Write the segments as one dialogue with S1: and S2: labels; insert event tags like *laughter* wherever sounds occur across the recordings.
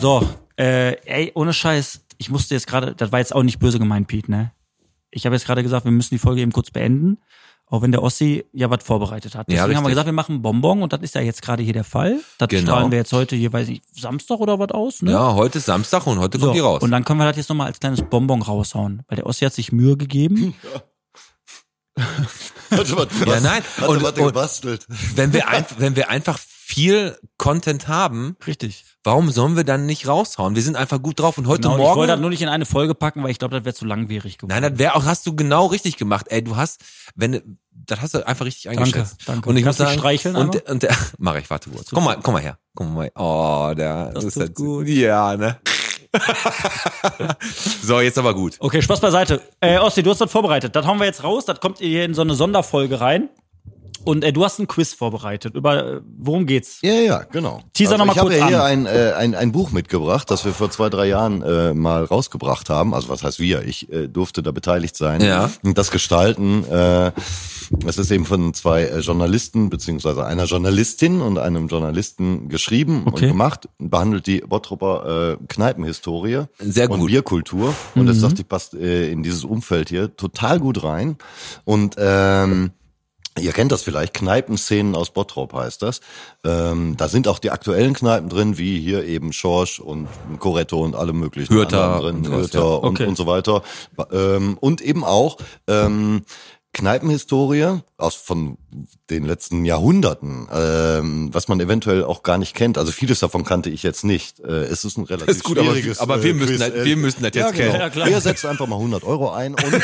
S1: So, äh, ey, ohne Scheiß, ich musste jetzt gerade, das war jetzt auch nicht böse gemeint, Pete, ne? Ich habe jetzt gerade gesagt, wir müssen die Folge eben kurz beenden, auch wenn der Ossi ja was vorbereitet hat.
S2: Ja,
S1: Deswegen haben wir
S2: richtig.
S1: gesagt, wir machen Bonbon und das ist ja jetzt gerade hier der Fall. Das
S2: Genau.
S1: strahlen wir jetzt heute hier, weiß ich, Samstag oder was aus, ne?
S2: Ja, heute ist Samstag und heute
S1: So,
S2: kommt die raus.
S1: und dann können wir das jetzt nochmal als kleines Bonbon raushauen, weil der Ossi hat sich Mühe
S2: *laughs*
S1: gegeben.
S3: Hatte was gebastelt.
S2: Ja, nein.
S3: Hatte
S2: Und-
S3: was
S2: und-
S3: gebastelt.
S2: wenn, wir einf- wenn wir einfach viel Content haben,
S1: Richtig.
S2: warum sollen wir dann nicht raushauen? Wir sind einfach gut drauf und heute
S1: Genau, und ich
S2: Morgen.
S1: wollte das nur nicht in eine Folge packen, weil ich glaube, das wäre zu langwierig geworden.
S2: Nein, das wäre auch, hast du genau richtig gemacht. Ey, du hast, wenn, das hast du einfach richtig eingeschätzt.
S1: danke.
S2: Und ich
S1: Kannst
S2: muss
S1: du
S2: sagen,
S1: streicheln
S2: und,
S1: einmal?
S2: und der, *laughs* mach ich, warte kurz.
S1: tut
S2: Komm mal, komm mal her. Komm mal, oh, der,
S1: Das
S2: ist
S1: tut
S2: halt-
S1: gut.
S2: Ja, ne?
S1: *laughs*
S2: so, jetzt aber gut.
S1: Okay, Spaß beiseite. Äh, Osti, du hast das vorbereitet. Das hauen wir jetzt raus. Das kommt hier in so eine Sonderfolge rein. Und äh, du hast ein Quiz vorbereitet. Über äh, worum geht's?
S3: Ja, ja, genau.
S1: Teaser noch mal
S3: ich habe
S1: kurz
S3: ja hier
S1: an.
S3: ein, äh, ein, ein Buch mitgebracht, das wir vor zwei, drei Jahren äh, mal rausgebracht haben. Also was heißt wir? Ich äh, durfte da beteiligt sein.
S2: Ja.
S3: Und das Gestalten, äh, das ist eben von zwei äh, Journalisten, beziehungsweise einer Journalistin und einem Journalisten geschrieben
S1: Okay.
S3: und gemacht. Behandelt die Bottroper äh, Kneipenhistorie
S2: Sehr
S3: und
S2: gut.
S3: Bierkultur. Und
S1: Mhm.
S3: das dachte ich, passt äh, in dieses Umfeld hier total gut rein. Und ähm, Ihr kennt das vielleicht, Kneipenszenen aus Bottrop heißt das. Ähm, da sind auch die aktuellen Kneipen drin, wie hier eben Schorsch und Coretto und alle möglichen
S2: Hürter
S3: anderen
S2: und
S3: drin,
S2: sowas,
S3: Hürter
S2: ja.
S3: und,
S1: Okay.
S3: und so weiter. Ba- Ähm, und eben auch ähm, Kneipenhistorie aus von den letzten Jahrhunderten, ähm, was man eventuell auch gar nicht kennt. Also vieles davon kannte ich jetzt nicht. Äh, es ist ein relativ
S2: Ist gut, aber-
S3: schwieriges,
S2: aber wir
S3: äh,
S2: müssen
S3: Quiz,
S2: das-
S3: äh,
S2: wir müssen das jetzt
S3: ja, genau.
S2: kennen.
S1: Ja, klar.
S3: Wir setzen einfach mal 100 Euro
S1: *laughs*
S3: ein und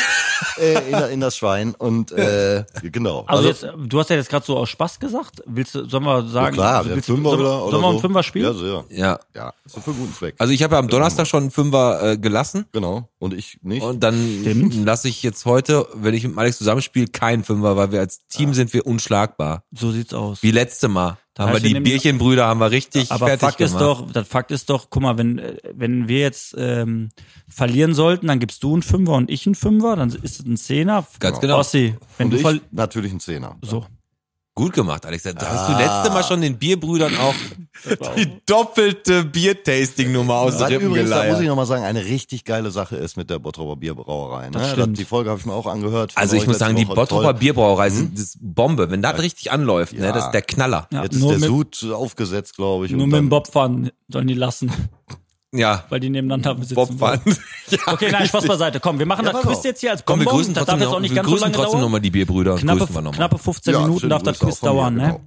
S3: äh, in, in das Schwein und äh, genau.
S1: Also, jetzt, äh, du hast ja jetzt gerade so aus Spaß gesagt. Willst du, sollen wir
S3: Ja,
S1: sagen,
S3: klar,
S1: also
S3: der
S1: willst,
S3: Fünfer
S1: sollen,
S3: oder, oder
S1: sollen wir
S3: so.
S1: ein Fünfer spielen?
S3: Ja, sehr.
S2: Ja.
S3: Ja, so für guten Zweck.
S2: Also ich habe ja
S1: Äh,
S2: am Donnerstag schon einen Fünfer äh, gelassen.
S3: genau. Und ich nicht.
S2: Und dann
S1: Stimmt.
S2: lasse ich jetzt heute, wenn ich mit Alex zusammenspiele, keinen Fünfer, weil wir als
S1: Ah.
S2: Team sind wir unschlagbar.
S1: so sieht's aus.
S2: Wie letzte Mal.
S1: Da
S2: haben wir
S1: heißt, wir
S2: die
S1: nehmen-
S2: Bierchenbrüder haben wir richtig
S1: Aber
S2: fertig
S1: Fakt
S2: gemacht.
S1: ist doch, das Fakt ist doch, guck mal, wenn, äh, wenn wir jetzt ähm, verlieren sollten, dann gibst du einen Fünfer und ich einen Fünfer, dann ist es ein Zehner.
S2: Ganz genau.
S1: Ossi, wenn
S3: und
S1: du
S3: ich
S1: verli-
S3: natürlich ein Zehner. *laughs*
S1: So.
S2: Gut gemacht, Alex. Da hast
S1: Ah.
S2: du letzte Mal schon den Bierbrüdern auch die doppelte Biertasting-Nummer aus
S3: Was
S2: den Rippen
S3: übrigens, da muss ich
S2: geleiert.
S3: nochmal sagen, eine richtig geile Sache ist mit der Bottroper Bierbrauerei. Ne?
S1: Das stimmt.
S3: die Folge habe ich mir auch angehört. von
S2: Also ich
S3: euch
S2: muss
S3: letzte
S2: sagen, die
S3: Woche.
S2: Bottroper
S3: Toll.
S2: Bierbrauerei ist das ist Bombe. Wenn das richtig anläuft, ne,
S3: Ja.
S2: das ist der Knaller. Ja,
S1: Hm? Ja,
S3: Jetzt ist
S1: nur
S3: der
S1: mit-
S3: Sud aufgesetzt, glaube ich.
S1: Nur
S3: und
S1: mit dem
S3: dann-
S1: Bobfahren sollen die lassen, weil die nebeneinander sitzen.
S2: Bob waren. ja,
S1: Okay, nein, Spaß beiseite. Komm, wir machen
S3: Ja,
S1: das
S3: pass
S1: Quiz
S3: auf.
S1: jetzt hier als
S2: Komm,
S1: Bonbon.
S2: wir grüßen
S1: das
S2: trotzdem,
S1: darf jetzt
S2: noch,
S1: auch nicht
S2: wir
S1: ganz so
S2: grüßen
S1: lange
S2: trotzdem
S1: dauern.
S2: nochmal die Bierbrüder. grüßen wir
S1: Knappe,
S2: noch mal.
S1: knappe 15
S3: Ja,
S1: Minuten
S3: schönen
S1: darf das
S3: Grüße
S1: Quiz
S3: auch von mir,
S1: dauern, ne?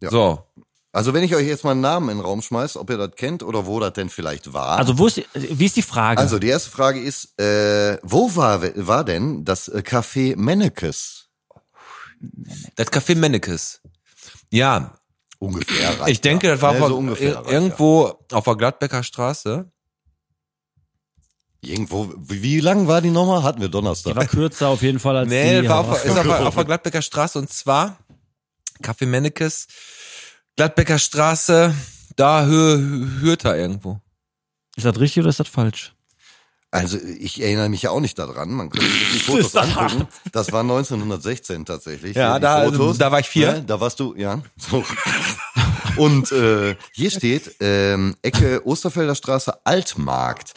S3: genau.
S2: So,
S3: Also wenn ich euch jetzt mal einen Namen in den Raum schmeiß, ob ihr das kennt oder wo das denn vielleicht war.
S1: Also, wo ist, die- wie ist die Frage?
S3: Also die erste Frage ist, äh, wo war, war denn das äh, Café Mennekes?
S2: das Café Mennekes. Ja,
S3: Ungefähr. reicht
S2: ich denke, das war
S3: Ja,
S2: vor-
S3: so ungefähr
S2: ir-
S3: reicht, ja.
S2: irgendwo auf der Gladbecker Straße.
S3: Irgendwo, wie, wie lang war die nochmal? Hatten wir Donnerstag.
S1: die war kürzer auf jeden Fall als
S2: Nee,
S1: die.
S2: war
S1: aber-
S2: auf, ist auf, auf
S3: *laughs*
S2: der Gladbecker Straße und zwar Café Mennekes, Gladbecker Straße, da Hür- Hürter irgendwo.
S1: ist das richtig oder ist das falsch?
S3: Also ich erinnere mich ja auch nicht daran. Man könnte sich
S2: *laughs*
S3: die Fotos
S1: Das ist hart.
S3: angucken. Das war 1916 tatsächlich.
S2: Ja,
S3: Hier die
S2: da- also, da war ich vier.
S3: Ne, da warst du, ja. So. Und äh, hier steht ähm, Ecke Osterfelder Straße Altmarkt.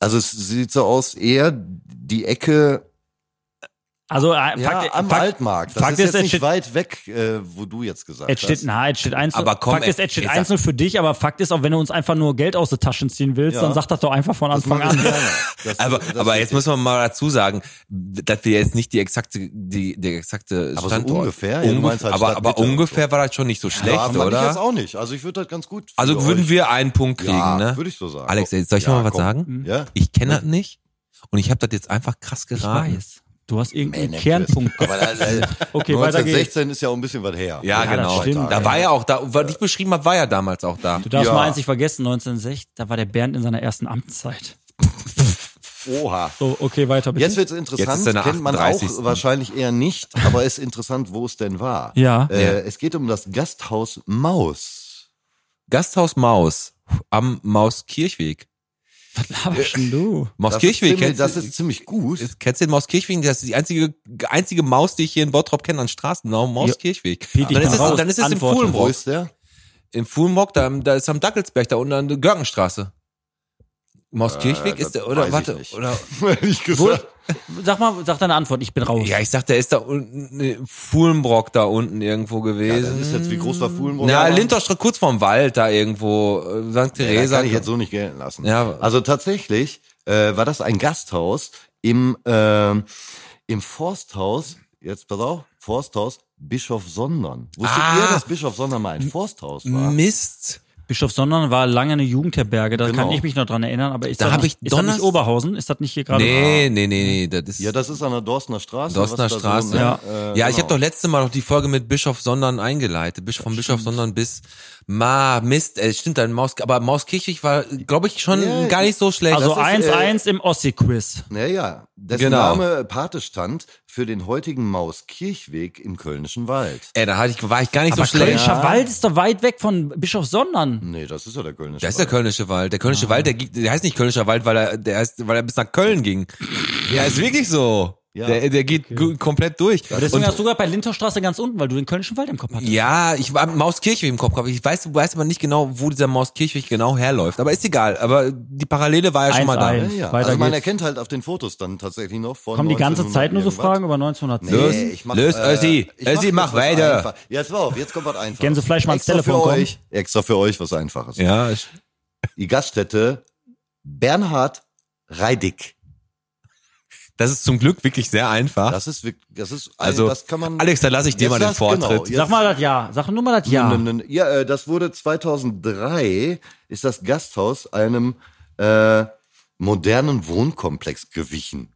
S3: Also es sieht so aus, eher die Ecke
S1: Also, äh,
S3: ja,
S1: Fakt,
S3: am
S1: Fakt,
S3: Altmarkt. Das
S1: Fakt
S3: ist
S1: ist,
S3: jetzt
S1: es
S3: nicht
S1: steht-
S3: weit weg, äh, wo du jetzt gesagt
S1: es steht,
S3: hast.
S1: na, es steht einzeln.
S2: Aber komm,
S1: Fakt
S2: ey,
S1: ist, es steht
S2: jetzt
S1: einzeln für dich, aber Fakt ist, auch wenn du uns einfach nur Geld aus den Taschen ziehen willst,
S3: Ja.
S1: dann sag das doch einfach von
S3: Das
S1: Anfang
S3: mache ich
S1: an.
S2: *laughs*
S3: gerne. Das-
S2: Aber,
S3: das
S2: aber
S3: ist
S2: jetzt muss man mal dazu sagen, dass wir jetzt nicht die exakte, die, der exakte
S3: Aber so
S2: Standort.
S3: ungefähr, ja, du
S2: Ungef-
S3: meinst halt
S2: aber aber
S3: Stadtmitte und
S2: ungefähr war das schon nicht so schlecht,
S3: ja, fand Ich jetzt
S2: oder?
S3: auch nicht. Also ich würde das ganz gut. für
S2: Also würden
S3: euch-
S2: wir einen Punkt kriegen,
S3: ja,
S2: ne?
S3: Würde ich so sagen.
S2: Alex, jetzt soll ich
S3: Ja,
S2: mal was
S3: komm.
S2: sagen?
S3: Ja.
S2: Ich kenne das nicht und ich habe das jetzt einfach krass
S1: Ich
S2: geraten.
S1: weiß. Du hast irgendeinen
S3: Männer-
S1: Kernpunkt.
S3: Aber da, da,
S1: *laughs* Okay, weiter geht's.
S3: 1916 ist ja auch ein bisschen was her.
S2: Ja,
S1: Ja, das
S2: genau.
S1: stimmt.
S2: Da war ja auch da, was ich beschrieben habe, war ja damals auch da.
S1: Du darfst
S3: Ja.
S1: mal eins nicht vergessen, 1960, da war der Bernd in seiner ersten Amtszeit.
S3: Oha.
S1: So, okay, weiter bitte.
S3: Jetzt wird's
S2: Jetzt
S3: interessant,
S2: ist er in der
S3: kennt man auch
S2: 38..
S3: wahrscheinlich eher nicht, aber ist interessant, wo es denn war.
S1: Ja.
S3: Äh,
S2: Ja.
S3: Es geht um das Gasthaus Maus.
S2: Gasthaus Maus am Mauskirchweg.
S3: äh,
S1: Laberschen
S3: *laughs*
S1: du.
S3: Das ist,
S2: Mauskirchweg,
S3: ziemlich,
S2: kennst,
S3: das ist ziemlich gut.
S2: du- kennst du den Mauskirchweg? Das ist die einzige, einzige Maus, die ich hier in Bottrop kenne an Straßen. Genau, Mauskirchweg.
S1: Piet, ich
S2: dann, ist
S1: bin
S2: es,
S1: raus.
S2: dann ist es in
S1: Antworten.
S3: wo
S2: Fuhlenbrock.
S3: ist der? *laughs*
S2: In Fulmrock, da, da ist am Dackelsberg, da unten an der Görgenstraße. Mauskirchweg
S3: Äh,
S2: ist
S3: das
S2: der, oder
S3: weiß
S2: warte,
S3: ich nicht.
S2: oder
S3: Ehrlich gesagt.
S1: Sag mal, sag deine Antwort, ich bin raus.
S2: Ja, ich sag, der ist da unten, ne, Fuhlenbrock da unten irgendwo
S3: Ja,
S2: gewesen.
S3: das ist jetzt wie groß war Fuhlenbrock.
S2: Na,
S3: Ja,
S2: Lindorstraße kurz vorm Wald da irgendwo, äh, St.
S3: Ja, das
S2: Theresa.
S3: kann ich jetzt so nicht gelten lassen.
S2: Ja.
S3: Also tatsächlich äh, war das ein Gasthaus im, ähm, im Forsthaus, jetzt pass auf, Forsthaus Bischof Sondern. Wusstet
S2: Ah.
S3: ihr, dass Bischof Sondern mal ein Forsthaus war?
S2: Mist.
S3: Ah.
S1: Bischof Sondern war lange eine Jugendherberge, da
S3: Genau.
S1: kann ich mich noch dran erinnern, aber ist,
S2: Da
S1: das,
S2: hab
S1: nicht,
S2: ich
S1: ist das nicht
S2: Donners-
S1: Oberhausen? Ist das nicht hier gerade?
S2: Nee, nee, nee, nee, das ist,
S3: Ja, das ist an der Dorstner Straße.
S2: Dorstner
S3: was da
S2: Straße.
S3: ne?
S1: Ja.
S3: Äh,
S2: Ja, ich habe
S3: genau.
S2: doch letzte Mal noch die Folge mit Bischof Sondern eingeleitet. Bisch, vom Bischof Sondern bis Ma, Mist, ey, stimmt, dein Maus, aber Mauskirchweg war, glaube ich, schon
S3: Ja,
S2: gar nicht so schlecht.
S1: Also
S3: Das ist,
S1: 1-1
S3: äh,
S1: im Ossi-Quiz.
S3: Naja, dessen
S2: Genau.
S3: Name Pate stand für den heutigen Mauskirchweg im Kölnischen Wald.
S2: ey, da hatte ich, war ich gar nicht
S1: Aber
S2: so schlecht.
S1: Kölnischer Wald ist doch weit weg von Bischof Sondern.
S3: Nee, das ist ja der Kölnische
S2: Das ist der
S3: Wald.
S2: Kölnische Wald. Der
S3: Ah.
S2: Kölnische Wald, der, gibt- der heißt nicht Kölnischer Wald, weil er, der heißt, weil er bis nach Köln ging. Ja, ist wirklich so.
S3: Ja.
S2: Der, der geht gu- komplett durch.
S1: Deswegen
S2: Und-
S1: hast du sogar bei Linterstraße ganz unten, weil du den Kölnischen Wald im Kopf hattest.
S2: ja, ich war Mauskirchweg im Kopf, aber ich weiß, weiß aber nicht genau, wo dieser Mauskirchweg genau herläuft. Aber ist egal. Aber die Parallele war ja schon mal da.
S1: 1-1.
S3: ja, ja.
S1: Weiter
S3: Also man
S1: geht's.
S3: erkennt halt auf den Fotos dann tatsächlich noch von
S1: Kommen die ganze
S3: 1900
S1: Zeit nur so
S3: also irgendwas.
S1: Fragen über 1910?
S2: Los, los, Ossi.
S3: äh, ich mach
S2: Ossi,
S3: jetzt
S2: mach
S3: was
S2: weiter.
S3: Einfach. Jetzt pass auf, jetzt kommt was Einfaches.
S1: Gänsefleisch mal ans
S3: Extra
S1: Telefon
S3: für
S1: kommen.
S3: euch, Extra für euch was Einfaches.
S2: Ja, ich-
S3: Die Gaststätte Bernhard Reidig.
S2: das ist zum Glück wirklich sehr einfach.
S3: Das ist wirklich, das ist,
S2: also,
S3: das kann man.
S2: Alex, dann lass ich dir
S3: Jetzt
S2: mal den
S3: lass- genau,
S2: Vortritt.
S3: jetzt-
S1: Sag mal das Ja. Sag nur mal das Ja.
S3: N- n- n- Ja, äh, das wurde 2003 ist das Gasthaus einem äh, modernen Wohnkomplex gewichen.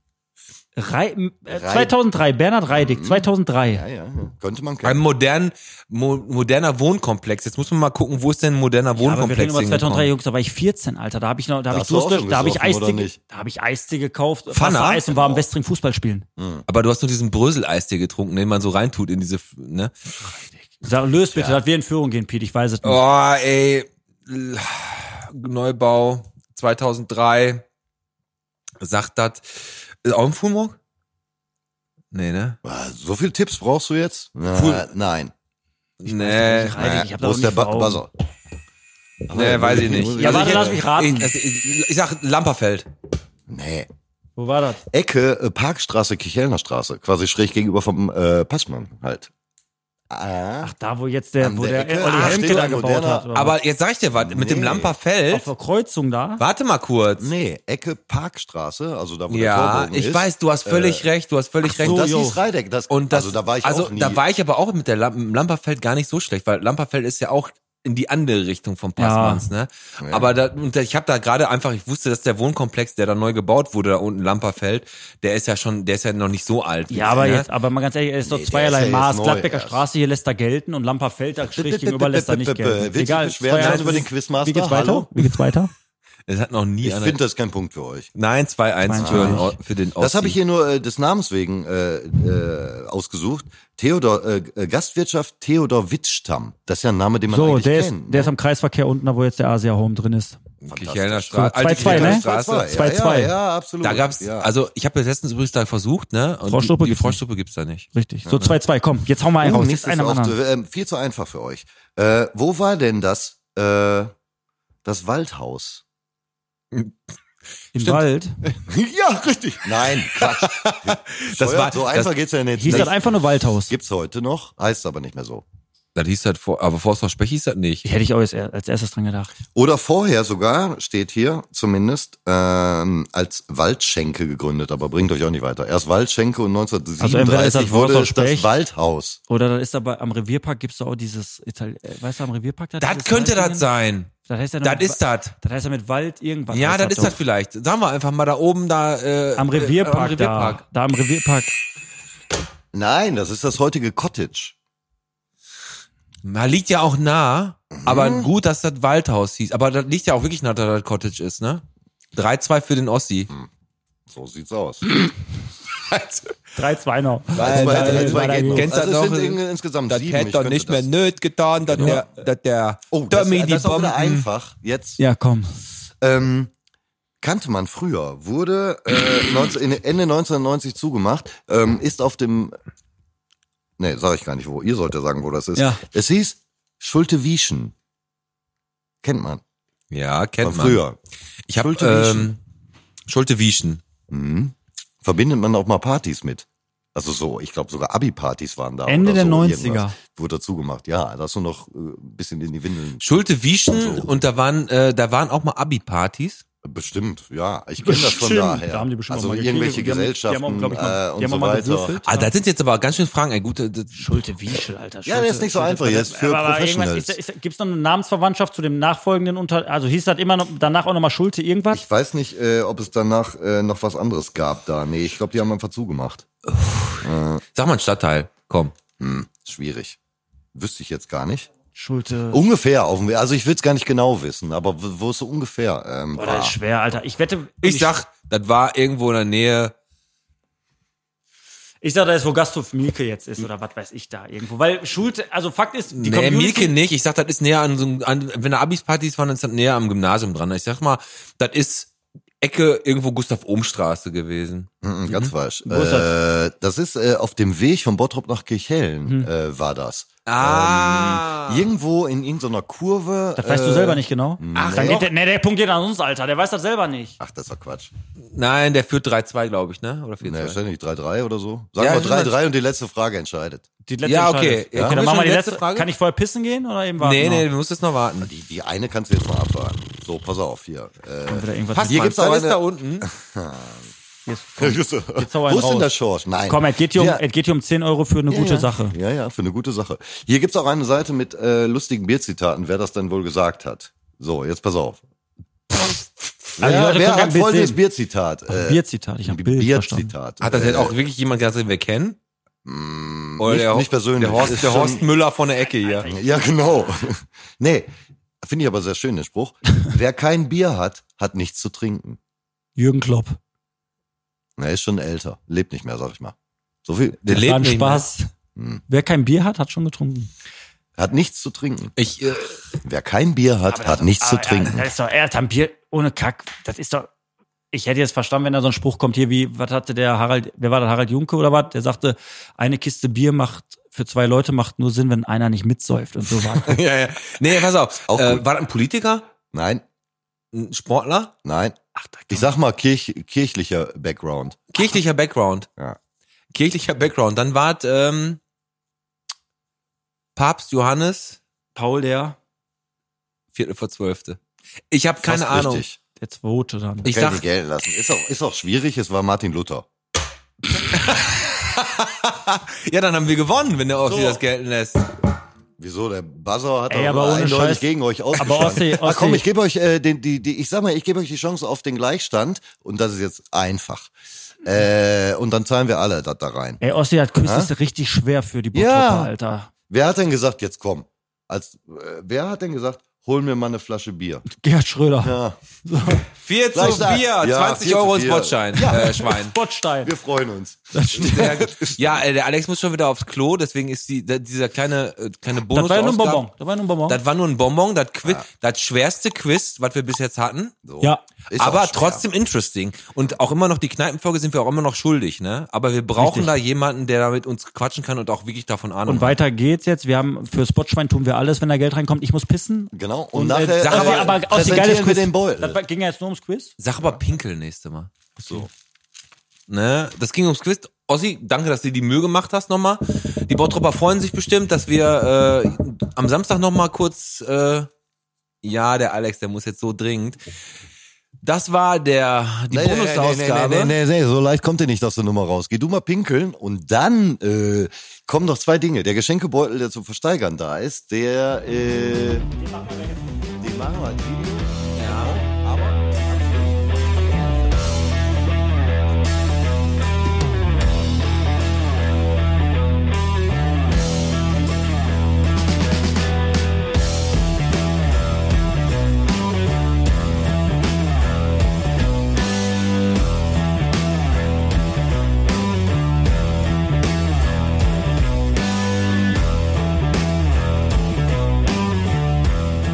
S1: Rei, äh,
S3: Rei- Hm.
S1: 2003, Bernhard Reidig, 2003.
S3: Ja, ja, ja. könnte man
S2: Ein
S3: kennen.
S2: modern, mo, moderner Wohnkomplex. Jetzt muss man mal gucken, wo ist denn ein
S1: Ja,
S2: moderner
S1: aber wir reden
S2: Wohnkomplex?
S1: über 2003,
S2: hingekommen?
S1: Jungs, da war ich 14, Alter. Da habe ich noch, da habe ich
S3: hast du auch
S1: Durst,
S3: schon
S1: da habe ich
S3: gesoffen, oder
S1: Eistee,
S3: nicht?
S1: da habe ich Eistee gekauft,
S2: Pfanne?
S1: Wasser, Eis und war am Westring Fußball spielen.
S3: Hm.
S2: aber du hast nur diesen Brösel-Eistee getrunken, den man so reintut in diese, ne?
S1: Sag, löst bitte, dass wir in Führung gehen, Pete, ich weiß es nicht.
S2: Oh, ey. L- Neubau 2003. Sagt das. Ist auch ein Fulmrock? Nee, ne?
S3: Ah, So viel Tipps brauchst du jetzt? Na,
S2: Cool.
S3: Nein.
S2: nee.
S1: nicht, Reidig, ich hab
S3: wo
S1: das
S3: ist
S1: auch
S3: der
S1: nicht vor Augen.
S3: Buzzer?
S2: Nee, weiß ich nicht.
S1: Ja, warte, lass mich raten.
S2: Ich, ich, ich sag Lamperfeld.
S3: Nee.
S1: Wo war das?
S3: Ecke äh, Parkstraße, Kichelner Straße, quasi schräg gegenüber vom äh, Passmann halt. Ah,
S1: Ach, da, wo jetzt der,
S3: An
S1: wo
S3: der
S1: der,
S3: Ecke.
S1: Olli
S3: Ah,
S1: Hemke
S3: steht
S1: da
S3: ein
S1: gebaut
S3: moderner-
S1: hat. oder
S2: Aber jetzt sag ich dir was. Mit dem
S3: Nee.
S1: was?
S2: Lamperfeld.
S1: auf der Kreuzung da?
S2: Warte mal kurz.
S3: nee, Ecke Parkstraße, also da wo der
S2: Ja,
S3: Torbogen
S2: ich
S3: ist.
S2: weiß, du hast völlig recht, du hast völlig recht.
S3: Und das
S2: jo.
S3: hieß Reideck. Das,
S2: Und das,
S3: also da war ich
S2: also
S3: auch nie.
S2: da war ich aber auch mit der Lam Lamperfeld gar nicht so schlecht, weil Lamperfeld ist ja auch in die andere Richtung vom Passmanns, ne? Aber da, und da, ich habe da gerade einfach, ich wusste, dass der Wohnkomplex, der da neu gebaut wurde, da unten in Lamperfeld, der ist ja schon, der ist ja noch nicht so alt. wie
S1: Ja,
S2: das,
S1: aber
S2: ne?
S1: jetzt, aber mal ganz ehrlich, es ist doch
S3: Nee, der
S1: zweierlei
S3: ist ja jetzt
S1: Maß.
S3: neu
S1: Gladbecker
S3: erst.
S1: Straße hier lässt er gelten und Lamperfeld da schräg gegenüber lässt er nicht gelten.
S3: Willst du beschweren,
S1: zweierlei-
S3: dass über den Quizmaster?
S1: Wie geht's weiter?
S3: Hallo?
S1: Wie geht's weiter?
S2: Es hat noch nie
S3: ich
S2: einer.
S3: finde das ist kein Punkt für euch.
S2: Nein, 2-1 für, den O- für den Ossi.
S3: Das habe ich hier nur äh, des Namens wegen äh, äh, ausgesucht. Theodor äh, äh, Gastwirtschaft Theodor Wittstamm. Das ist ja ein Name, den man
S1: So,
S3: eigentlich
S1: der ist,
S3: kennt. ne?
S1: der ist am Kreisverkehr unten, da wo jetzt der Asia Home drin ist.
S2: Kichelner
S1: So,
S2: Straße.
S1: 2-2,
S2: alte
S1: ne?
S2: Kichelner
S3: Zwei,
S2: Straße.
S3: zwei.
S1: Zwei,
S3: ja,
S1: zwei.
S3: Ja, ja, absolut.
S2: Da gab's,
S3: ja.
S2: also ich habe letztens übrigens da versucht, ne? Und
S1: Froschsuppe gibt's
S2: die, die
S1: nicht.
S2: Froschsuppe gibt's da nicht.
S1: Richtig. So 2-2, komm, jetzt hauen wir einen
S3: Oh,
S1: raus.
S3: nächstes
S1: Jetzt einen am
S3: auch,
S1: anderen.
S3: ähm, viel zu einfach für euch. Äh, wo war denn das, äh, das
S2: *laughs*
S3: Waldhaus?
S1: Im Wald.
S3: ja, richtig. Nein, Quatsch.
S2: *laughs* Das war-
S3: so
S2: das-
S3: einfach geht's ja nicht.
S1: Hieß das einfach nur Waldhaus.
S3: gibt's heute noch, heißt aber nicht mehr so.
S2: Das hieß halt vor, aber Forsthaus Spech hieß das nicht.
S1: Hätte ich auch als, als erstes dran gedacht.
S3: Oder vorher sogar steht hier zumindest ähm, als Waldschenke gegründet, aber bringt euch auch nicht weiter. Erst Waldschenke und
S1: Also entweder ist das
S3: 1937 wurde
S1: Forsthaus
S3: es das
S1: Specht.
S3: Waldhaus.
S1: Oder dann ist aber am Revierpark gibt's doch auch dieses Italien, weißt du, am Revierpark da
S2: Das
S1: dieses
S2: könnte das
S1: Walddingen?
S2: sein.
S1: Das heißt ja
S2: Das
S1: mit-
S2: ist das.
S1: Das heißt ja mit Wald irgendwas.
S2: Ja,
S1: heißt
S2: das ist
S1: doch.
S2: das vielleicht. Sagen wir einfach mal da oben da. Äh,
S1: Am
S2: äh,
S1: Revierpark,
S2: am Revierpark.
S1: da. Da am Revierpark.
S3: Nein, das ist das heutige Cottage.
S2: Na, liegt ja auch nah, aber
S1: Mhm.
S2: gut, dass das Waldhaus hieß. Aber das liegt ja auch wirklich nah, dass das Cottage ist, ne? 3-2 für den Ossi.
S3: Mhm. So sieht's aus.
S1: 3-2 noch.
S3: Nein,
S2: nein,
S3: nein,
S2: nein,
S3: nein,
S2: nein. Kennst du
S3: also
S2: das
S3: es
S2: noch?
S3: sind in-
S2: *laughs*
S3: insgesamt
S2: Das
S3: sieben.
S2: hätte
S3: Ich
S2: doch
S3: könnte
S2: nicht mehr
S3: das-
S2: nöt getan, dass der, dass der
S3: Oh, das,
S2: Tommy
S3: das
S2: die
S3: ist auch wieder
S2: Bomben.
S3: einfach. Jetzt
S1: Ja, komm.
S3: ähm, kannte man früher, wurde äh, 19, in- Ende 1990 zugemacht, ähm, ist auf dem, nee, sag ich gar nicht wo, ihr sollt ja sagen, wo das ist.
S1: Ja.
S3: Es hieß Schulte Wieschen. Kennt man.
S2: Ja,
S3: Von
S2: kennt man.
S3: früher.
S2: Ich habe
S3: Schulte Wieschen.
S2: ähm, Schulte Wieschen.
S3: Mhm. Verbindet man auch mal Partys mit. Also so, ich glaube sogar Abi-Partys waren da.
S1: Ende der
S3: oder so,
S1: 90er.
S3: irgendwas Wurde dazu gemacht, ja. Da hast du noch äh, ein bisschen in die Windeln.
S2: Schulte Wieschen
S3: So.
S2: und da waren äh, da waren auch mal Abi-Partys.
S3: Bestimmt, ja. Ich kenne das von
S1: Bestimmt.
S3: daher.
S1: Da haben die bestimmt auch
S3: also
S1: mal
S3: irgendwelche
S1: gekegelt. Die haben- die
S3: Gesellschaften
S1: haben auch, glaub ich, mal-
S3: äh, und
S1: die haben
S3: so
S1: auch mal
S3: weiter.
S1: gewürfelt.
S2: Ah, da sind jetzt aber ganz schön Fragen. Ey, gut, äh, das-
S1: Schulte Wieschel, Alter. Schulte,
S3: Ja, der ist nicht so einfach jetzt für Professionals.
S1: Gibt es noch eine Namensverwandtschaft zu dem nachfolgenden Unter... Also hieß das immer noch, danach auch nochmal Schulte irgendwas?
S3: Ich weiß nicht, äh, ob es danach äh, noch was anderes gab da. Nee, ich glaube, die haben einfach zugemacht.
S2: sag mal einen Stadtteil. Komm.
S3: Hm, schwierig. Wüsste ich jetzt gar nicht.
S2: Oh,
S1: Schulte...
S3: Ungefähr auf dem Weg. Also ich will es gar nicht genau wissen, aber wo wo es so ungefähr ähm,
S1: Boah, das
S3: war.
S1: ist schwer, Alter. Ich wette...
S2: Ich sag, das war irgendwo in der Nähe.
S1: Ich sag, da ist, wo Gasthof Mielke jetzt ist oder was weiß ich da irgendwo. Weil Schulte... Also Fakt ist, die
S2: nee,
S1: Community...
S2: Mielke nicht. Ich sag, das ist näher an so einem- an, wenn da Abis-Partys waren, dann ist das näher am Gymnasium dran. Ich sag mal, das ist Ecke irgendwo Gustav-Ohm-Straße gewesen.
S3: Mhm, ganz falsch.
S1: Wo ist
S3: Äh, das ist äh, auf dem Weg von Bottrop nach Kirchhellen
S1: Hm.
S3: äh, war das.
S2: Ah.
S3: Irgendwo in irgendeiner Kurve.
S1: Das weißt
S3: äh,
S1: du selber nicht genau.
S3: Ach,
S1: Dann
S3: nee.
S1: geht der, nee, der Punkt geht an uns, Alter. Der weiß das selber nicht.
S3: Ach, das ist doch Quatsch.
S2: Nein, der führt 3-2, glaube ich, ne? Oder 4-2.
S3: Nee, ständig 3-3 oder so. Sagen
S2: Ja,
S3: wir
S2: stimmt.
S3: 3-3 und die letzte Frage entscheidet.
S1: halt Die letzte
S2: Ja,
S1: entscheidet.
S2: okay. Ja,
S1: Okay,
S2: können wir
S1: dann machen
S2: schon
S1: wir die
S2: die
S1: letzte
S2: letzte Frage?
S1: Kann ich vorher pissen gehen oder eben warten?
S2: nee,
S1: noch?
S2: nee, du musst jetzt noch warten.
S3: Die, die eine kannst du jetzt mal abwarten. So, pass auf hier. Äh,
S1: Wieder irgendwas
S2: Passt,
S1: mit-
S3: Hier
S2: Mann,
S3: gibt's auch
S2: dann ist
S3: eine-
S2: da unten.
S3: Wo ist
S1: hau einen raus.
S3: denn der Schorsch? Nein.
S1: Komm, es geht hier um,
S3: Ja.
S1: es geht hier um 10 Euro für eine gute
S3: ja.
S1: Sache.
S3: Ja, ja, für eine gute Sache. Hier gibt's auch eine Seite mit äh, lustigen Bierzitaten, wer das denn wohl gesagt hat. So, jetzt pass auf. Wer,
S1: Also die Leute
S3: wer
S1: können
S3: hat
S1: kein Bild
S3: folgendes
S1: sehen.
S3: Bierzitat? Äh,
S1: Bierzitat, ich habe Bild verstanden.
S3: Bierzitat. Äh,
S2: Hat das jetzt auch wirklich jemand gesagt, den wir kennen? Oder
S3: nicht,
S2: der,
S3: nicht persönlich.
S2: Der Horst,
S3: Ist
S2: der
S3: schon-
S2: Horst Müller von der Ecke hier.
S3: Ja, genau. nee, finde ich aber sehr schön, den Spruch. wer kein Bier hat, hat nichts zu trinken.
S1: Jürgen Klopp.
S3: Na, ist schon älter. Lebt nicht mehr, sag ich mal. So viel.
S2: Der
S1: Das
S2: lebt
S1: war ein
S2: nicht
S1: Spaß.
S3: Hm.
S1: Wer kein Bier hat, hat schon getrunken.
S3: Hat nichts zu trinken.
S2: Ich, äh, *laughs*
S3: Wer kein Bier hat, hat nichts zu
S1: Aber, Ah,
S3: trinken.
S1: Ja, das ist doch, er hat ein Bier ohne Kack. Das ist doch. Ich hätte jetzt verstanden, wenn da so ein Spruch kommt hier, wie, was hatte der Harald, wer war das, Harald Junke oder was? Der sagte, eine Kiste Bier macht für zwei Leute macht nur Sinn, wenn einer nicht mitsäuft und so
S3: *laughs*
S1: war.
S2: ja, ja. Nee, pass auf.
S3: Auch
S2: äh,
S3: gut.
S2: war das ein Politiker?
S3: Nein,
S2: Ein Sportler?
S3: nein.
S1: Ach, da
S3: Ich sag mal kirch, kirchlicher Background.
S2: Kirchlicher Background.
S3: Ja.
S2: Kirchlicher Background. Dann war es, ähm, Papst Johannes,
S1: Paul der,
S2: Viertel vor Zwölfte. Ich habe keine
S3: Fast
S2: Ahnung.
S3: Richtig.
S1: der zweite dann.
S2: Ich
S3: Ich Kann
S2: sag,
S3: ich gelten lassen. Ist auch, ist auch schwierig, es war Martin Luther.
S2: ja, dann haben wir gewonnen, wenn der Ossi
S3: So.
S2: das gelten lässt.
S3: Wieso? Der Buzzer hat
S1: Ey,
S3: doch
S1: aber ohne
S3: eindeutig
S1: Scheiß.
S3: gegen euch
S1: Aber
S3: ausgeschlagen.
S1: Ossi,
S3: Ach komm,
S1: Ossi.
S3: ich gebe euch äh, den, die, die, ich sag mal, ich gebe euch die Chance auf den Gleichstand und das ist jetzt einfach. Äh, und dann zahlen wir alle das da rein.
S1: Ey, Ossi hat Küss
S3: Hä?
S1: ist richtig schwer für die Bottropper,
S3: Ja.
S1: Alter.
S3: Wer hat denn gesagt, jetzt komm? Als äh, wer hat denn gesagt, hol mir mal eine Flasche Bier? Ah,
S1: Gerhard Schröder.
S3: Ja,
S2: 4 zu
S3: Gleich da.
S2: 4,
S3: Ja,
S2: 20
S3: 4 zu
S2: Euro
S3: 4.
S2: Spotschein, äh,
S3: *laughs*
S2: Schwein.
S1: Bottstein.
S3: wir freuen uns.
S1: Das stimmt.
S2: Der, ja, äh, der Alex muss schon wieder aufs Klo, deswegen ist die, da, dieser kleine, äh, kleine
S1: Das
S2: Bonus.
S1: war ja nur ein Bonbon. Das war ja nur ein Bonbon.
S2: Das war nur ein Bonbon, das, Quiz, das schwerste Quiz, was wir bis jetzt hatten.
S3: So.
S1: Ja.
S3: Ist auch
S2: aber
S3: schwer.
S2: trotzdem interesting. Und auch immer noch die Kneipenfolge sind wir auch immer noch schuldig, ne? Aber wir brauchen
S1: Richtig.
S2: da jemanden, der da mit uns quatschen kann und auch wirklich davon Ahnung
S1: Und weiter geht's jetzt. Wir haben für Spotschwein tun wir alles, wenn da Geld reinkommt. Ich muss pissen.
S3: Genau. Und, nachher
S1: äh,
S2: sag
S1: Ossi,
S2: aber-
S1: aber Ossi, geiles
S3: präsentieren wir
S1: Quiz. Das
S3: den Beutel.
S1: war, ging ja jetzt nur ums Quiz.
S2: hat. Sag aber Pinkel nächste Mal. So. Ne? Das ging ums Quiz. Ossi, danke, dass du dir die Mühe gemacht hast nochmal. Die Bottropper freuen sich bestimmt, dass wir äh, am Samstag nochmal kurz. Äh, ja, der Alex, der muss jetzt so dringend. Das war der die Bonusausgabe.
S3: Nee, nee, nee, nee, so leicht kommt ihr nicht aus der Nummer raus. Geh du mal pinkeln und dann äh, kommen noch zwei Dinge. Der Geschenkebeutel, der zum Versteigern da ist, der... Äh, den machen wir. Den Ja, aber...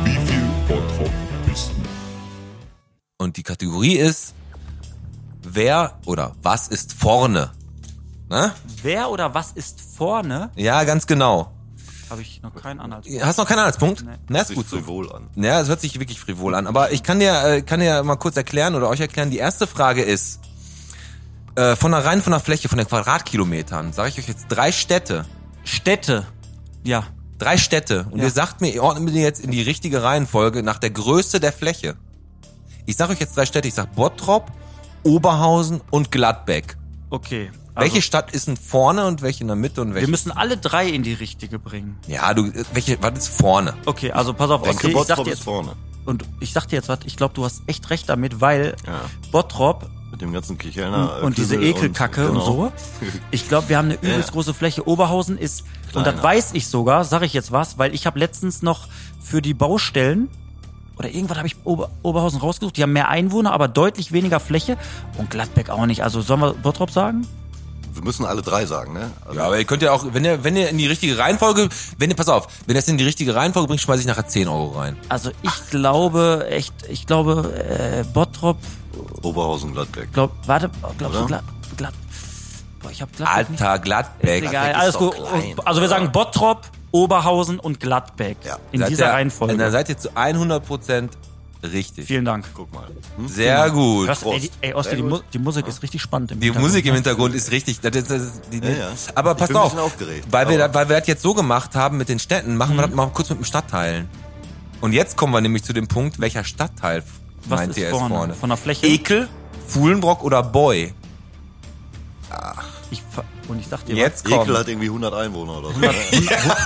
S4: Wie viel Bottrop bist du?
S2: Und die Kategorie ist, wer oder was ist vorne? Ne?
S1: Wer oder was ist vorne?
S2: Ja, ganz genau.
S1: Habe ich noch keinen Anhaltspunkt.
S2: Hast noch keinen Anhaltspunkt?
S1: Nee.
S2: Na, ist
S3: Sich
S2: gut so.
S3: frivol an.
S2: Ja, es hört sich wirklich frivol an. Aber ich kann dir, äh, kann dir mal kurz erklären oder euch erklären. Die erste Frage ist, äh, von der rein von der Fläche, von den Quadratkilometern, sage ich euch jetzt drei Städte.
S1: Städte. Ja.
S2: Drei Städte. Und
S1: Ja.
S2: ihr sagt mir, ihr ordnet mir jetzt in die richtige Reihenfolge nach der Größe der Fläche. Ich sage euch jetzt drei Städte. Ich sag Bottrop, Oberhausen und Gladbeck.
S1: Okay. Also,
S2: welche Stadt ist denn vorne und welche in der Mitte und
S1: wir
S2: welche?
S1: müssen alle drei in die richtige bringen.
S2: Ja, du, äh, welche, was ist vorne?
S1: Okay, also pass auf.
S3: Denke,
S1: Okay, ich
S3: Bottrop
S1: dachte
S3: ist
S1: jetzt,
S3: vorne.
S1: und ich dachte jetzt, was, ich glaube, du hast echt recht damit, weil
S3: Ja.
S1: Bottrop
S3: Mit dem ganzen Kichelner. äh,
S1: und diese
S3: Kübel
S1: Ekelkacke und,
S3: genau.
S1: so. Ich glaube, wir haben eine übelst
S3: Ja.
S1: große Fläche. Oberhausen ist, und das
S3: Kleiner.
S1: weiß ich sogar, sage ich jetzt was, weil ich habe letztens noch für die Baustellen oder irgendwas habe ich Ober Oberhausen rausgesucht. Die haben mehr Einwohner, aber deutlich weniger Fläche und Gladbeck auch nicht. Also sollen wir Bottrop sagen?
S3: Wir müssen alle drei sagen, ne? Also,
S2: Ja, aber ihr könnt ja auch, wenn ihr, wenn ihr in die richtige Reihenfolge, wenn ihr, pass auf, wenn ihr es in die richtige Reihenfolge bringt, schmeiße ich nachher 10 Euro rein.
S1: Also ich glaube echt, ich glaube äh, Bottrop,
S3: Oberhausen, Gladbeck.
S1: glaub, warte, glaubst du
S3: Oder?
S1: Glad, Glad, boah, ich habe Gladbeck nicht.
S2: Alter, Gladbeck.
S1: Egal,
S3: ist
S1: alles
S3: doch
S1: gut.
S3: klein,
S1: also wir
S3: oder?
S1: sagen Bottrop, Oberhausen und Gladbeck
S3: Ja.
S1: in
S2: Seid
S1: dieser
S2: ihr- Dann
S1: Reihenfolge.
S2: seid ihr zu 100% richtig.
S1: Vielen Dank.
S3: Guck mal.
S1: Hm?
S2: Sehr gut.
S1: Hörst, ey, die, ey, Osti,
S3: Sehr
S1: die,
S3: gut.
S1: Mu die Musik ist richtig spannend. Im
S2: Die
S1: Hintergrund. ne?
S2: Musik im Hintergrund ist richtig. Das ist, das ist die,
S3: ja.
S2: Aber
S3: Ich
S2: passt
S3: bin ein
S2: auf,
S3: bisschen aufgeregt,
S2: weil wir,
S3: aber-
S2: da- weil wir das jetzt so gemacht haben mit den Städten, machen
S1: Mhm.
S2: wir das mal kurz mit dem Stadtteilen. Und jetzt kommen wir nämlich zu dem Punkt, welcher Stadtteil
S1: Was
S2: meint
S1: ist
S2: ihr
S1: vorne?
S2: ist vorne?
S1: Von der Fläche?
S2: Ekel, Fuhlenbrock oder Boy?
S1: Ich, ver- und ich dachte,
S2: Jetzt kommt.
S3: Ekel hat irgendwie 100 Einwohner oder so. ne?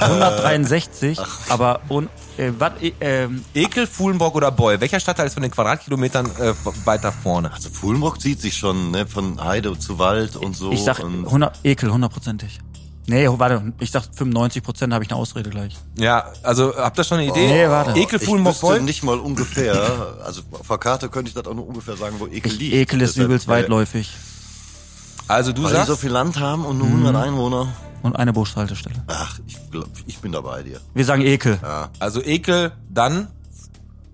S1: 163, aber un, äh, wat, äh, ähm,
S2: Ekel, Fuhlenbrock oder Boy? Welcher Stadtteil ist von den Quadratkilometern äh, weiter vorne?
S3: Also Fulmrock zieht sich schon, ne? Von Heide zu Wald und so.
S1: ich sag
S3: und
S1: 100, Ekel, hundertprozentig. Nee, warte, ich dachte 95 Prozent, habe ich eine Ausrede gleich.
S2: Ja, also habt ihr schon eine Idee?
S1: Nee, warte.
S2: Ekel,
S3: ich
S2: Fuhlenbrock,
S3: wüsste
S2: Boy?
S3: nicht mal ungefähr, also auf der Karte könnte ich das auch nur ungefähr sagen, wo Ekel
S1: Ich,
S3: liegt.
S1: Ekel ist
S3: Deshalb,
S1: übelst
S3: äh,
S1: weitläufig.
S2: Also du
S3: Weil die
S2: sagst,
S3: so viel Land haben und nur 100
S2: Mhm.
S3: Einwohner.
S1: Und eine Bushaltestelle.
S3: Ach, ich glaub, ich bin dabei dir.
S1: Wir sagen Ekel.
S2: also Ekel, dann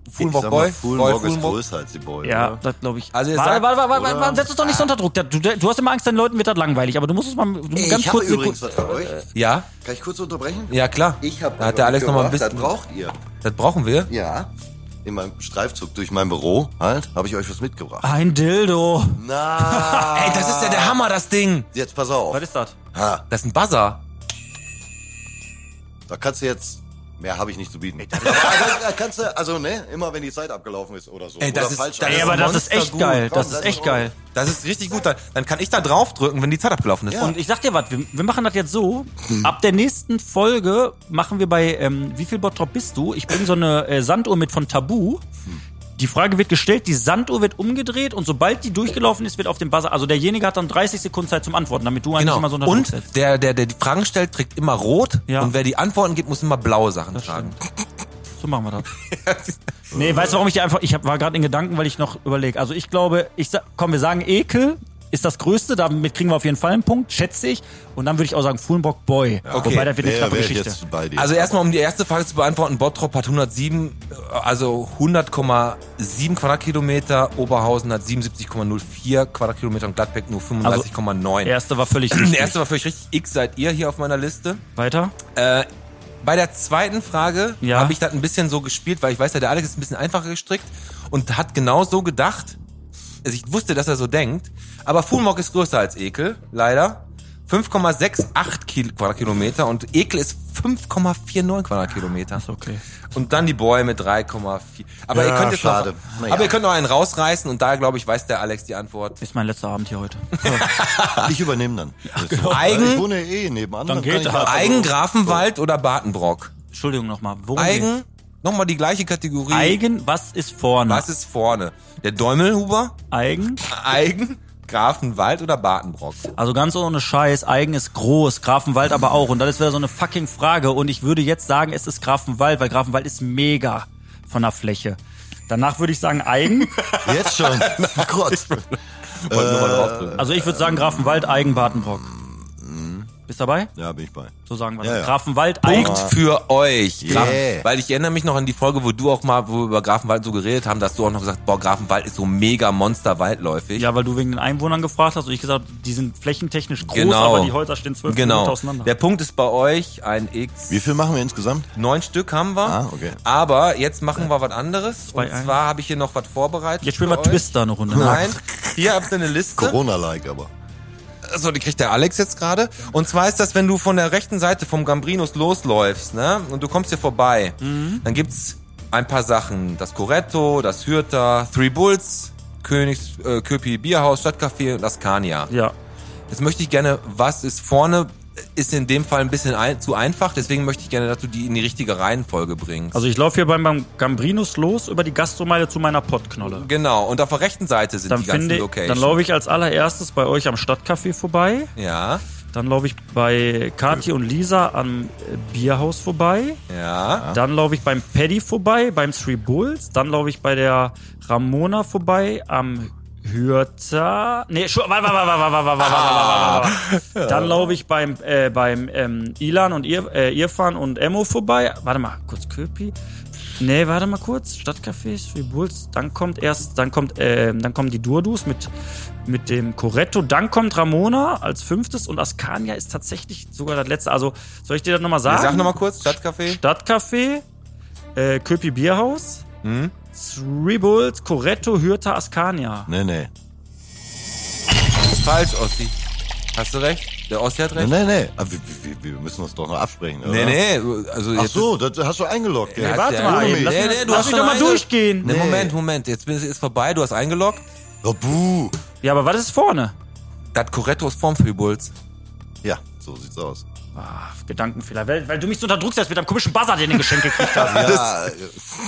S3: ich
S2: Fuhlenbrock,
S3: sag mal,
S2: Boy, Boy,
S3: Fulmrock ist
S2: Fuhlenbrock.
S3: größer als die Boy.
S1: Ja,
S3: oder?
S1: das glaube ich.
S2: Also ihr
S1: warte,
S2: sagt-
S1: warte, warte, warte,
S3: oder?
S1: warte, setz uns doch nicht so unter Druck. Du, du hast immer Angst, deinen Leuten wird das langweilig, aber du musst es mal du,
S3: Ey,
S1: ganz
S3: ich habe
S1: kurz.
S3: übrigens was für euch.
S2: Ja,
S3: Äh, Kann ich kurz unterbrechen?
S2: ja klar.
S3: Ich habe
S2: da hat der Alex noch mal ein bisschen.
S3: Das braucht ihr.
S2: Das brauchen wir.
S3: Ja. In meinem Streifzug durch mein Büro halt, habe ich euch was mitgebracht. *laughs*
S1: Ein Dildo.
S3: Na.
S2: Ey, das ist ja der Hammer, das Ding.
S3: Jetzt pass auf.
S1: ist das?
S3: Ha,
S2: Das ist ein Buzzer.
S3: da kannst du jetzt. Mehr habe ich nicht zu bieten. Aber da- da kannst du, also ne, immer wenn die Zeit abgelaufen ist oder so.
S2: Ey, das
S3: oder
S2: ist-
S3: falsch
S2: das
S1: Ey,
S2: ist
S1: aber
S2: ein
S1: das ist echt
S2: Monstergut.
S1: geil.
S3: Komm,
S1: Das ist
S3: das
S1: echt
S3: ist
S1: geil.
S2: Das ist richtig gut. Dann, dann kann ich da drauf drücken, wenn die Zeit abgelaufen ist.
S3: Ja.
S2: Und
S1: Und ich sag dir was, wir, wir machen das jetzt so. Ab der nächsten Folge machen wir bei ähm, Wie viel Bottrop bist du? Ich bringe so eine äh, Sanduhr mit von Tabu. Die Frage wird gestellt, die Sanduhr wird umgedreht und sobald die durchgelaufen ist, wird auf dem Buzzer. Also derjenige hat dann 30 Sekunden Zeit zum Antworten, damit du eigentlich
S2: genau.
S1: immer so unter Druck
S2: Und
S1: setzt.
S2: der, der, der die Fragen stellt, trägt immer rot.
S1: Ja.
S2: Und wer die Antworten gibt, muss immer blaue Sachen tragen.
S1: stimmt. So machen wir das.
S2: *laughs*
S1: nee, weißt du, warum ich die einfach. Ich hab, war gerade in Gedanken, weil ich noch überlege. Also ich glaube, ich sa- komm, wir sagen Ekel ist das Größte, damit kriegen wir auf jeden Fall einen Punkt, schätze ich. Und dann würde ich auch sagen Fuhlenbock Boy.
S2: Okay.
S1: Wobei, das wird eine
S3: Wer
S1: knappe
S3: wäre
S1: Geschichte.
S3: jetzt bei dir?
S2: Also erstmal, um die erste Frage zu beantworten, Bottrop hat 107, äh, also 100,7 Quadratkilometer, Oberhausen hat 77,04 Quadratkilometer und Gladbeck
S1: Also
S2: nur 35,9.
S1: Der erste war
S2: *laughs*
S1: völlig
S2: *clears throat* der
S1: richtig.
S2: erste war völlig richtig. X seid ihr hier auf meiner Liste.
S1: Weiter?
S2: Äh, bei der zweiten Frage
S1: Ja.
S2: habe ich das ein bisschen so gespielt, weil ich weiß ja, der Alex ist ein bisschen einfacher gestrickt und hat genau so gedacht. Also ich wusste, dass er so denkt. Aber Fulmok ist größer als Ekel, leider. 5,68 Kil- Quadratkilometer und Ekel ist 5,49 Quadratkilometer.
S1: Ist okay.
S2: Und dann die Boy mit 3,4. Aber ihr
S3: Ja,
S2: könnt jetzt
S3: schade.
S2: noch,
S3: Naja.
S2: aber ihr könnt noch einen rausreißen und da glaube ich weiß der Alex die Antwort.
S1: Ist mein letzter Abend hier
S2: *laughs*
S1: heute.
S3: ich übernehme dann.
S2: genau. Eigen-
S3: ich wohne eh nebenan.
S1: Dann geht
S3: kann ich
S1: das.
S3: einfach-
S2: Eigen *laughs* Grafenwald oder Bartenbrock?
S1: Entschuldigung nochmal. Worum
S2: Eigen,
S1: geht's?
S2: nochmal die gleiche Kategorie.
S1: Eigen, was ist vorne?
S2: Was ist vorne? Der Däumelhuber,
S1: Eigen?
S2: Eigen, Grafenwald oder Bartenbrock?
S1: Also ganz ohne Scheiß, Eigen ist groß, Grafenwald aber auch. Und das ist wieder so eine fucking Frage. Und ich würde jetzt sagen, es ist Grafenwald, weil Grafenwald ist mega von der Fläche. Danach würde ich sagen Eigen.
S3: Jetzt
S2: *laughs*
S3: schon. Gott. Äh,
S2: Wollte nur mal draufdrücken.
S1: Also ich würde sagen Grafenwald, Eigen, Badenbrock. Bist dabei?
S3: Ja, bin ich bei.
S1: So sagen wir
S3: Ja,
S1: das.
S3: ja.
S1: Grafenwald,
S2: Punkt
S1: Eigen-
S2: für euch.
S3: Yeah.
S2: Graf- Weil ich erinnere mich noch an die Folge, wo du auch mal, wo wir über Grafenwald so geredet haben, dass du auch noch gesagt, boah, Grafenwald ist so mega monster waldläufig.
S1: Ja, weil du wegen den Einwohnern gefragt hast und ich gesagt, die sind flächentechnisch groß,
S2: Genau.
S1: aber die Häuser stehen zwölf Meter
S2: genau.
S1: auseinander.
S2: Der Punkt ist bei euch ein X.
S3: Wie viel machen wir insgesamt?
S2: Neun Stück haben wir.
S3: Ah, okay.
S2: Aber jetzt machen wir was anderes.
S1: Zwei,
S2: und
S1: eins.
S2: zwar habe ich hier noch was vorbereitet.
S1: Jetzt spielen wir
S2: für euch.
S1: Twister eine Runde.
S2: Nein, hier habt ihr eine Liste.
S3: Corona-like aber.
S2: So, die kriegt der Alex jetzt gerade. Und zwar ist das, wenn du von der rechten Seite vom Gambrinus losläufst, ne? Und du kommst hier vorbei. Dann gibt's ein paar Sachen. Das Coretto, das Hürter, Three Bulls, Königs, äh, Köpi Bierhaus, Stadtcafé und das Kania.
S1: Ja.
S2: Jetzt möchte ich gerne, was ist vorne, ist in dem Fall ein bisschen ein, zu einfach. Deswegen möchte ich gerne, dass du die in die richtige Reihenfolge bringst.
S1: Also ich laufe hier beim, beim Gambrinus los über die Gastromeile zu meiner Pottknolle.
S2: genau. Und auf der rechten Seite sind
S1: Dann
S2: die ganzen
S1: finde ich,
S2: Locations.
S1: dann laufe ich als allererstes bei euch am Stadtcafé vorbei.
S2: Ja,
S1: Dann laufe ich bei Kathi und Lisa am äh, Bierhaus vorbei.
S2: ja.
S1: Dann laufe ich beim Paddy vorbei, beim Three Bulls. Dann laufe ich bei der Ramona vorbei, am Hürter. Nee, schu- warte, warte, warte, warte, warte, warte, warte, warte, warte,
S2: Ah.
S1: warte. Dann laufe ich beim, äh, beim ähm, Ilan und Ir äh, Irfan und Emo vorbei. Warte mal, kurz Köpi. Nee, warte mal kurz. Stadtcafés, Three Bulls. Dann kommt erst, dann kommt, äh, dann kommen die Durdus mit, mit dem Coretto. Dann kommt Ramona als fünftes und Askania ist tatsächlich sogar das letzte. Also, soll ich dir das nochmal sagen?
S2: Sag nochmal kurz, Stadtcafé.
S1: Stadtcafé, äh, Köpi Bierhaus,
S2: Hm?
S1: Three Bulls, Coretto, Hürter, Askania.
S3: Nee, nee.
S2: Falsch, Ossi. Hast du recht? Der Ossi hat
S3: Nee,
S2: recht.
S3: nee, nee. Aber wir, wir, wir müssen uns doch noch absprechen, oder?
S2: Nee, nee, also
S3: Ach
S2: jetzt
S3: so, das hast du eingeloggt.
S2: Ja,
S3: ey.
S1: warte
S2: der-
S1: mal,
S3: ohne
S1: eben.
S3: mich.
S1: lass,
S2: Nee,
S1: mich-
S2: nee, du
S1: lass
S2: hast
S1: mich
S2: Ne. schon
S1: doch mal
S2: eine-
S1: durchgehen.
S2: Nee,
S3: Nee.
S2: Moment, Moment, jetzt bin- ist vorbei, du hast eingeloggt.
S3: Oh, buh.
S1: Ja, aber was ist vorne?
S2: Das Corretto ist vorm Three Bulls.
S3: Ja, so sieht's aus.
S1: Ah, Gedankenfehler, weil, weil du mich so unter Druck setzt mit deinem komischen Buzzer, den du geschenkt gekriegt
S2: *laughs*
S1: hast.
S3: Ja,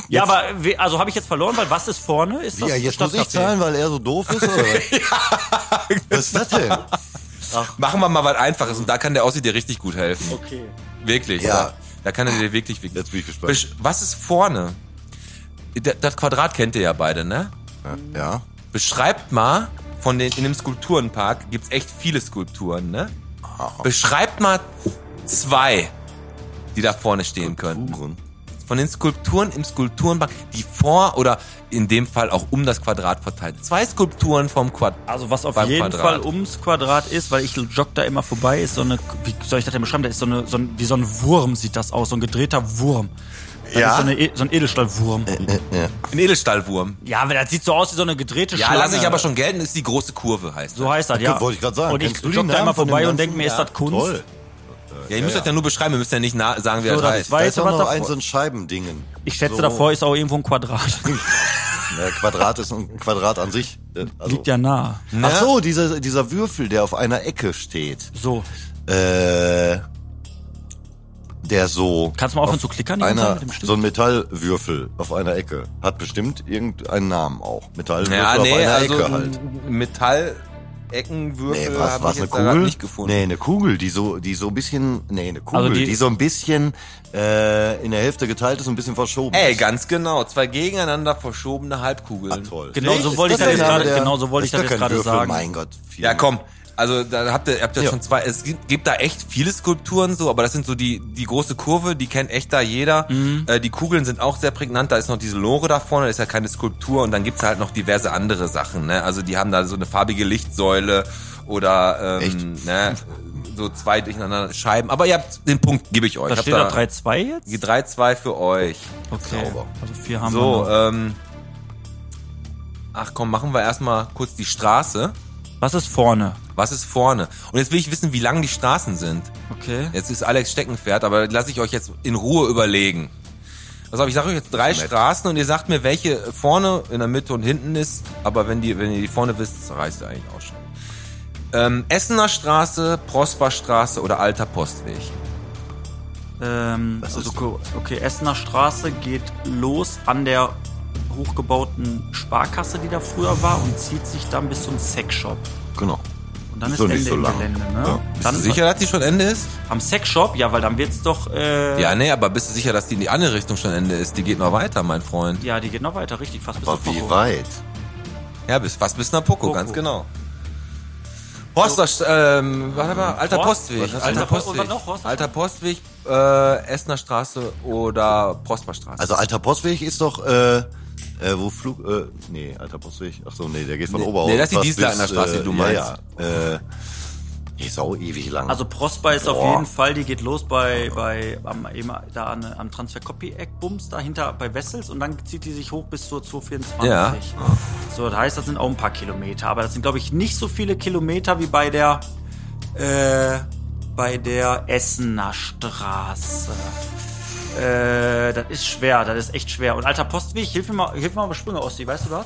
S1: ja, aber we- also habe ich jetzt verloren, weil was ist vorne? Ist das
S3: ja jetzt muss ich
S1: Stadtcafé? genau.
S3: zahlen, weil er so doof ist, oder?
S1: *laughs*
S3: Was ist das denn?
S2: Machen wir mal was Einfaches und da kann der Ossi dir richtig gut helfen.
S1: Okay.
S2: Wirklich.
S3: Ja.
S2: Da, da kann er dir wirklich, wirklich.
S3: Jetzt bin ich gespannt.
S2: Besch- Was ist vorne? D- Das Quadrat kennt ihr ja beide, ne?
S3: Ja.
S2: Beschreibt mal, von den, in dem Skulpturenpark gibt's echt viele Skulpturen, ne? Beschreibt mal zwei, die da vorne stehen könnten.
S3: Buren.
S2: von den Skulpturen im Skulpturenpark, die vor oder in dem Fall auch um das Quadrat verteilt. Zwei Skulpturen vom Quadrat.
S1: Also was auf
S2: Beim
S1: jeden
S2: Quadrat.
S1: Fall ums Quadrat ist, weil ich jogge da immer vorbei, ist so eine, wie soll ich das denn beschreiben? Da ist so eine, so ein, wie so ein Wurm sieht das aus, so ein gedrehter Wurm. Das
S2: Ja. Äh,
S1: Ist so, eine, E- so ein Edelstahlwurm.
S2: Ein Edelstahlwurm.
S1: Ja, aber das sieht so aus wie so eine gedrehte
S2: Ja,
S1: Schlange.
S2: lass ich aber schon gelten, ist die große Kurve heißt.
S1: So heißt das, ja.
S3: wollte ich gerade sagen.
S1: Und ich
S3: Kennst du die
S1: jogge da
S3: Namen
S1: immer
S3: von dem
S1: vorbei und
S3: Ganzen?
S1: denke mir, ist
S3: Ja.
S1: das Kunst?
S3: Toll.
S2: ja, ihr müsst
S3: ja.
S2: das ja nur beschreiben, ihr müsst ja nicht na sagen, wer
S1: So,
S2: das
S1: das
S2: heißt.
S1: zwei-
S3: Da
S1: Weißt
S3: ist
S1: du,
S3: auch
S1: was
S3: noch
S1: davor-
S3: ein so ein Scheibendingen.
S1: Ich schätze,
S3: so,
S1: davor ist auch irgendwo ein Quadrat.
S3: *laughs* Ja, Quadrat ist ein Quadrat an sich. Äh, Also.
S1: Liegt ja Ne? nah.
S3: Ach so, dieser, dieser Würfel, der auf einer Ecke steht.
S1: So,
S3: Äh, der so.
S1: kannst du mal aufhören zu klickern? die ganze Zeit
S3: einer,
S1: mit dem Stift?
S3: so ein Metallwürfel auf einer Ecke hat bestimmt irgendeinen Namen auch. Metallwürfel
S2: ja,
S3: auf
S2: nee,
S3: einer
S2: also
S3: Ecke halt.
S2: Metalleckenwürfel
S3: Nee, was,
S2: habe Äh, ich
S3: was eine
S2: jetzt da
S3: Kugel?
S2: nicht gefunden.
S3: Nee, eine Kugel, die so, die so ein bisschen, nee, eine Kugel,
S1: Also die-
S3: die, so ein bisschen äh, in der Hälfte geteilt ist und ein bisschen verschoben
S2: Ey,
S3: ist.
S2: ganz genau, zwei gegeneinander verschobene Halbkugeln.
S3: toll.
S1: Genau, so
S3: ist
S1: wollte ich
S3: der
S1: das jetzt
S3: Name
S1: gerade-
S3: der-
S1: genau so wollte ich
S3: ist
S1: das
S3: gar
S1: jetzt gerade
S3: kein Würfel,
S1: sagen.
S3: Mein Gott, viel.
S2: Ja, komm. Also da habt ihr, habt ihr
S3: Ja.
S2: schon zwei. Es gibt, gibt da echt viele Skulpturen so, aber das sind so die die große Kurve, die kennt echt da jeder.
S1: Mhm.
S2: Äh, die Kugeln sind auch sehr prägnant. Da ist noch diese Lore da vorne, das ist ja keine Skulptur und dann gibt's halt noch diverse andere Sachen. Ne? Also die haben da so eine farbige Lichtsäule oder ähm,
S3: Echt?
S2: ne, so zwei durcheinander Scheiben. Aber ihr habt den Punkt, gebe ich euch.
S1: da
S2: Ich hab
S1: steht da 3-2
S2: die
S1: jetzt?
S2: 3-2 für euch.
S1: Okay,
S3: Sauber.
S1: also vier haben wir
S2: So,
S1: noch.
S2: ähm, ach komm, machen wir erstmal kurz die Straße.
S1: Was ist vorne?
S2: Was ist vorne? Und jetzt will ich wissen, wie lang die Straßen sind.
S1: Okay.
S2: Jetzt ist Alex Steckenpferd, aber das lasse ich euch jetzt in Ruhe überlegen. Also ich sage euch jetzt drei
S3: nett.
S2: Straßen und ihr sagt mir, welche vorne, in der Mitte und hinten ist. Aber wenn, die, wenn ihr die vorne wisst, das reicht eigentlich auch schon. Ähm, Essener Straße, Prosperstraße oder Alter Postweg.
S1: Ähm,
S3: Das
S1: also,
S3: ist-
S1: ko- okay, Essener Straße geht los an der hochgebauten Sparkasse, die da früher war, und zieht sich dann bis zum Sexshop.
S3: Genau.
S1: Und dann ist,
S3: Ist doch
S1: Ende
S3: nicht so
S1: im
S3: lang.
S1: Gelände, ne?
S3: Ja.
S2: Bist
S1: Dann
S2: du sicher, dass die schon Ende ist?
S1: Am Sexshop, ja, weil dann wird's doch. Äh,
S2: Ja, nee, aber bist du sicher, dass die in die andere Richtung schon Ende ist? Die geht noch weiter, mein Freund.
S1: ja, die geht noch weiter, richtig, fast bis
S3: Aber
S1: zur
S3: wie
S1: Poco.
S3: weit?
S2: Ja, bis, was bis nach Poco,
S1: Poco.
S2: ganz genau. Horster, ähm, warte mal, alter
S1: Also, Horst-
S2: Postweg,
S1: Was
S2: alter
S1: noch? Und
S2: Postweg,
S1: was noch? Horster-
S2: alter Postweg, äh, Essener Straße oder Prosperstraße.
S3: Also alter Postweg ist doch, äh, äh, wo Flug, äh, nee, alter Postweg, ach so, nee, der geht von
S2: Nee,
S3: Oberhausen.
S2: nee, das ist die
S3: fast
S2: Diesler
S3: bis,
S2: an der Straße,
S3: äh,
S2: die du
S3: Ja, ja, äh, nee, sau ewig lang.
S1: Also Prosper ist auf
S3: Boah.
S1: jeden Fall, die geht los bei, bei am, eben da an, am Transfer-Copy-Eck-Bums, dahinter bei Wessels und dann zieht die sich hoch bis zur 224.
S2: Ja.
S1: So, das heißt, das sind auch ein paar Kilometer, aber das sind, glaube ich, nicht so viele Kilometer wie bei der äh, bei der Essener Straße. Äh, das ist schwer, das ist echt schwer. Und alter Postweg, hilf mir mal, hilf mir mal bei Sprünge, Ossi, weißt du das?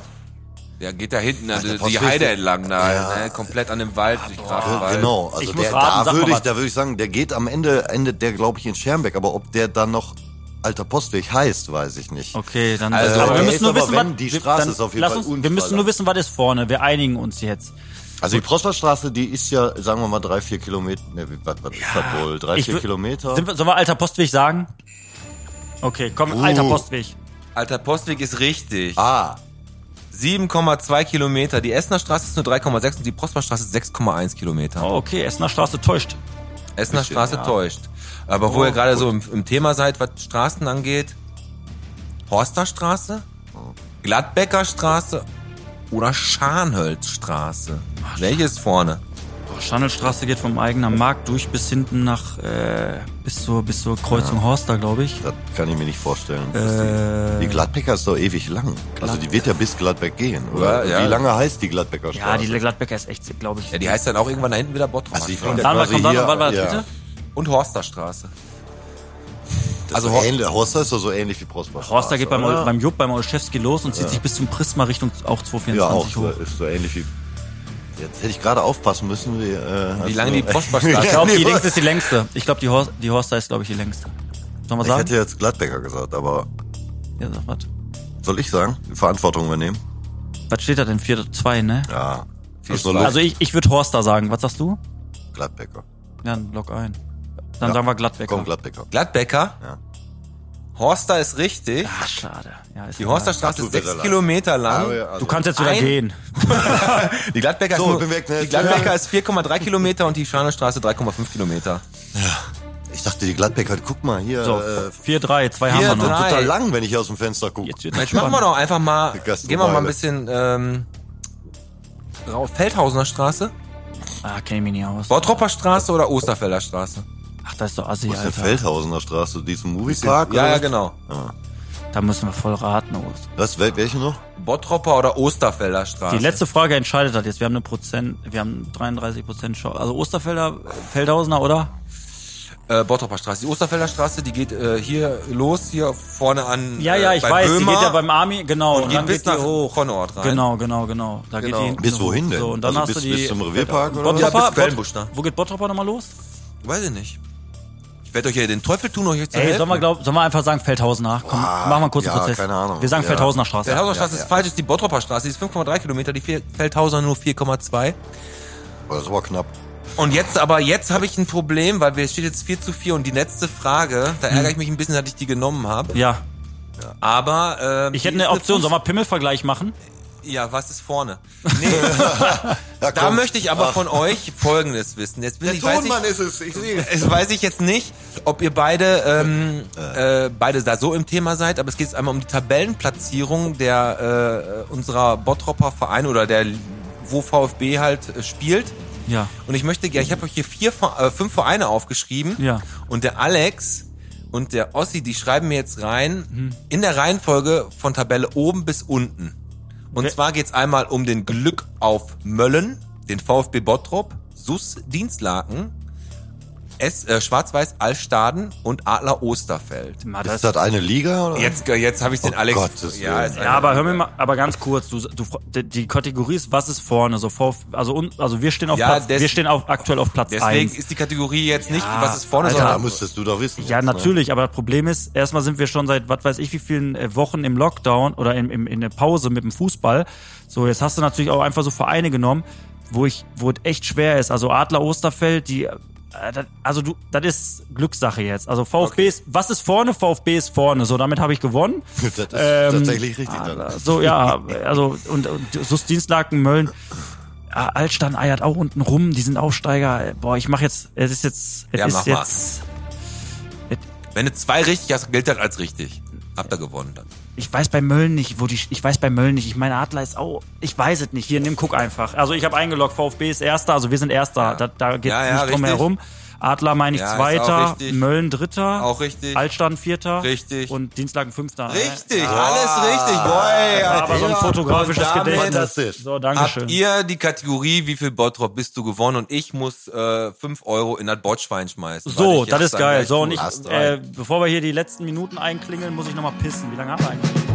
S2: ja, geht da hinten, also
S3: Alter
S2: die
S3: Postweg-
S2: Heide entlang da,
S3: Ja.
S2: ne? komplett an dem Wald, durch
S3: Ja,
S2: Grafenwald.
S3: genau, also
S1: Ich muss
S3: der,
S1: raten, sag
S3: da
S1: mal
S3: würde ich,
S1: was.
S3: da würde ich sagen, der geht am Ende, endet der, glaube ich, in Schermbeck, aber ob der dann noch alter Postweg heißt, weiß ich nicht.
S1: Okay, dann äh,
S2: Also,
S1: aber
S2: der
S1: wir
S3: ist
S1: müssen nur
S3: aber,
S1: wissen,
S3: wenn
S1: was
S3: die
S1: wir-
S3: Straße
S1: dann
S3: ist auf jeden
S1: lass
S3: Fall
S1: uns, wir
S3: unfall
S1: müssen nur
S3: lang.
S1: wissen, was ist vorne. Wir einigen uns jetzt.
S3: Also die Prosperstraße, die ist ja, sagen wir mal, drei, vier Kilometer, ne, wie- was, was ist das wohl? Drei,
S1: Ich
S3: vier
S1: wür-
S3: Kilometer?
S1: Sind wir, sollen wir alter Postweg sagen? Okay, komm,
S3: Uh.
S1: alter Postweg.
S2: Alter Postweg ist richtig.
S3: ah,
S2: 7,2 Kilometer. Die Essener Straße ist nur 3,6 und die Prosperstraße ist 6,1 Kilometer.
S1: Oh, okay, Essener Straße täuscht.
S2: Essener
S3: bisschen,
S2: Straße
S3: ja.
S2: täuscht. Aber wo
S3: Oh,
S2: ihr gerade
S3: gut.
S2: so im, im Thema seid, was Straßen angeht, Horsterstraße, Gladbecker Straße oder Scharnhölzstraße. Welche ist vorne?
S1: Boah, Oh, Schandelstraße geht vom eigenen Markt durch bis hinten nach, äh, bis zur, bis zur Kreuzung Horster, glaube ich.
S3: das kann ich mir nicht vorstellen. dass
S1: Äh,
S3: die, die Gladbecker ist doch ewig lang. Also die wird ja bis Gladbeck gehen,
S2: Ja,
S3: oder?
S2: ja.
S3: Wie lange heißt die Gladbecker Straße?
S1: ja, die Gladbecker ist echt, glaube ich.
S2: Ja, die heißt dann auch irgendwann da hinten wieder Bottrop.
S3: Also die fliegen
S1: Sag mal,
S3: quasi
S1: komm, sag mal,
S3: hier-
S1: warte mal,
S3: ja.
S1: bitte.
S2: und Horsterstraße.
S3: Das also
S2: Also Hor-
S3: ähnlich, Horster ist doch so ähnlich wie Prosperstraße.
S1: Horster geht beim,
S3: oder?
S1: beim Jupp, beim Olszewski los und zieht sich bis zum Prisma Richtung auch 224
S3: Ja, auch so,
S1: hoch.
S3: ist so ähnlich wie. Jetzt hätte ich gerade aufpassen müssen, wie, äh,
S2: Wie
S3: als
S2: lang
S3: du-
S2: die
S3: *laughs*
S2: Prosperstraße
S1: Ich glaube,
S3: Nee,
S1: die
S3: was?
S1: links ist die längste. Ich glaube, die, Horst, die Horster ist, glaube ich, die längste. Sollen wir
S3: Ich
S1: sagen?
S3: hätte jetzt Gladbecker gesagt, aber
S1: Ja, sag was.
S3: soll ich sagen? Die Verantwortung übernehmen?
S1: Was steht da denn? 4-2, ne?
S3: Ja.
S2: Viel
S3: ist nur
S2: Spaß.
S3: Luft.
S1: Also ich, ich würde Horster sagen. Was sagst du?
S3: Gladbecker.
S1: Ja, dann log ein. Dann
S3: Ja.
S1: sagen wir Gladbecker.
S3: Komm, Gladbecker.
S2: Gladbecker?
S3: Ja.
S2: Horster ist richtig.
S1: Ah, schade. Ja, ist
S2: Die
S1: egal.
S2: Horsterstraße
S3: Ach,
S2: ist
S3: tut mir sehr
S2: sechs
S3: leid.
S2: Kilometer lang.
S1: Du kannst jetzt wieder
S2: Ein-
S1: gehen.
S2: Die Gladbecker,
S3: Hm? So,
S2: ist,
S3: bin
S2: nur,
S3: weg, ne?
S2: die Gladbecker ist 4,3 Kilometer und die Scharnhölzstraße 3,5 Kilometer.
S3: Ich dachte, die Gladbecker, guck mal hier.
S1: So,
S3: äh,
S1: 4-3, zwei haben wir
S2: 4-3.
S1: noch.
S3: total lang, wenn ich aus dem Fenster gucke.
S1: Jetzt wird's
S2: Jetzt machen wir
S1: spannend.
S2: doch einfach mal,
S3: Gastromeile.
S2: gehen wir mal ein bisschen ähm, rauf. Feldhausener Straße,
S1: Ah, kenn ich mich nicht aus.
S2: Bottropper Straße oder Osterfelder Straße?
S1: Ach, das ist doch assi,
S3: Wo ist denn
S1: Alter.
S3: Feldhausener Straße? Die ist im Moviepark?
S2: ja,
S3: oder
S2: ja,
S3: was?
S2: genau.
S1: Da müssen wir voll raten. oh. Urs.
S3: Was, wel- welche noch?
S2: Bottropper oder Osterfelder Straße?
S1: Die letzte Frage entscheidet das jetzt. Wir haben eine Prozent, wir haben 33 Prozent Chance. Also Osterfelder, äh, Feldhausener, oder?
S2: äh, Bottropper Straße. Die Osterfelder Straße, die geht äh, hier los, hier vorne an.
S1: Ja,
S2: äh,
S1: ja, ich
S2: bei
S1: weiß.
S2: Böhmer
S1: die geht ja beim Army, genau.
S2: und, geht
S1: dann
S2: bis
S1: geht
S2: nach
S1: die hoch.
S2: Konrad rein.
S1: Genau, genau, genau. Da
S2: Genau.
S1: geht die
S3: Bis wohin denn?
S1: So, und dann
S3: Also
S1: hast
S3: bis-
S1: du die
S3: bis zum Revierpark oder
S2: was?
S1: Bottropper,
S2: Ja, bis
S1: Bott-
S2: Quellenbusch, ne?
S1: Wo geht Bottropper nochmal los?
S2: Weiß ich nicht. Ich werde euch hier den Teufel tun, euch zu
S1: Ey,
S2: helfen.
S1: sollen wir, glaub, sollen wir einfach sagen Feldhausener? Komm,
S3: Ah,
S1: machen wir einen kurzen
S3: ja,
S1: Prozess.
S3: keine Ahnung.
S1: Wir sagen
S3: Ja.
S1: Feldhausener Straße.
S2: Feldhausener Straße
S3: ja.
S2: ist falsch, ist die Bottropper Straße, die ist 5,3 Kilometer, die Fe- Feldhauser nur 4,2.
S3: Oh, Das ist aber knapp.
S2: Und jetzt, aber jetzt habe ich ein Problem, weil wir steht jetzt 4 zu 4 und die letzte Frage, da ärgere
S1: Hm.
S2: ich mich ein bisschen, dass ich die genommen habe.
S1: Ja,
S2: Aber äh,
S1: ich hätte eine Option. Sollen wir Pimmelvergleich machen?
S2: Ja, was ist
S1: *laughs*
S2: vorne? Nee,
S3: Ja,
S2: da
S3: komm.
S2: möchte ich aber von euch Folgendes wissen. Jetzt bin
S3: Der
S2: ich, weiß ich,
S3: Tonmann ist es, ich sehe
S2: es weiß ich jetzt nicht, ob ihr beide ähm, äh, beide da so im Thema seid, aber es geht jetzt einmal um die Tabellenplatzierung der äh, unserer Bottropper Vereine oder der wo VfB halt äh, spielt.
S1: Ja.
S2: Und ich möchte gerne, ich habe euch hier vier, Ver- äh, fünf Vereine aufgeschrieben.
S1: Ja.
S2: Und der Alex und der Ossi, die schreiben mir jetzt rein
S1: Mhm.
S2: in der Reihenfolge von Tabelle oben bis unten. Und
S1: Okay.
S2: zwar geht's einmal um den Glück auf Möllen, den VfB Bottrop, Sus Dienstlaken, S, äh, Schwarz-Weiß Allstaden und Adler Osterfeld.
S1: Na,
S3: Ist
S1: das-
S3: das eine Liga? Oder?
S2: Jetzt, äh, jetzt habe ich den
S3: Oh
S2: Alex.
S3: Gottes
S2: ja,
S3: Willen.
S2: ist
S1: ja, aber hör mir mal, aber ganz kurz, du, du, die- die Kategorie ist, was ist vorne? So vor, also, un- also wir stehen auf
S2: Ja,
S1: Platz,
S2: des-
S1: wir stehen auf, aktuell auf Platz
S2: deswegen
S1: 1.
S2: ist die Kategorie jetzt nicht,
S1: Ja,
S2: was ist vorne,
S1: Alter.
S3: Also, Da
S2: sondern
S3: müsstest du doch wissen.
S1: Ja,
S3: jetzt, ne?
S1: natürlich, aber das Problem ist, erstmal sind wir schon seit was weiß ich wie vielen äh, Wochen im Lockdown oder im, im, in der Pause mit dem Fußball. So, jetzt hast du natürlich auch einfach so Vereine genommen, wo ich, wo es echt schwer ist. Also Adler Osterfeld, die, äh, das, also du, das ist Glückssache jetzt. Also VfB ist, was ist vorne? VfB ist vorne. So, damit habe ich gewonnen.
S3: Das ist
S1: Ähm,
S3: tatsächlich richtig.
S1: Ah,
S3: dann.
S1: So, ja, also und, und Sus Dienstlaken, Mölln. Altstein eiert auch unten rum, die sind Aufsteiger. Boah, ich mach jetzt, es ist jetzt, es
S2: Ja,
S1: ist
S2: mach mal.
S1: jetzt,
S2: Wenn du zwei richtig hast, gilt das als richtig. Habt ihr gewonnen dann.
S1: ich weiß bei Mölln nicht, wo die, ich weiß bei Mölln nicht, ich meine Adler ist auch, ich weiß es nicht, hier, nimm, guck einfach. Also ich habe eingeloggt, VfB ist Erster, also wir sind Erster, da, da geht
S2: Ja, ja,
S1: nicht drum
S2: richtig.
S1: herum. Adler meine ich
S2: Ja, ist auch
S1: Zweiter,
S2: richtig.
S1: Mölln Dritter,
S2: Auch richtig.
S1: Altstein Vierter
S2: Richtig.
S1: und Dienstlagen Fünfter.
S2: Richtig, alles richtig. Boy,
S1: Aber so ein
S2: Alter.
S1: fotografisches
S2: Damit
S1: Gedächtnis.
S3: Fantastisch.
S1: So,
S2: Habt
S1: Dankeschön.
S2: ihr die Kategorie, wie viel Bottrop bist du gewonnen? Und ich muss äh, 5 Euro in das Botschwein schmeißen. weil
S1: So,
S2: ich
S1: das
S2: jetzt
S1: ist
S2: dann
S1: geil.
S2: gleich
S1: So,
S2: zu-
S1: und ich,
S3: hast
S1: äh, bevor wir hier die letzten Minuten einklingeln, muss ich nochmal pissen. Wie lange haben wir eigentlich?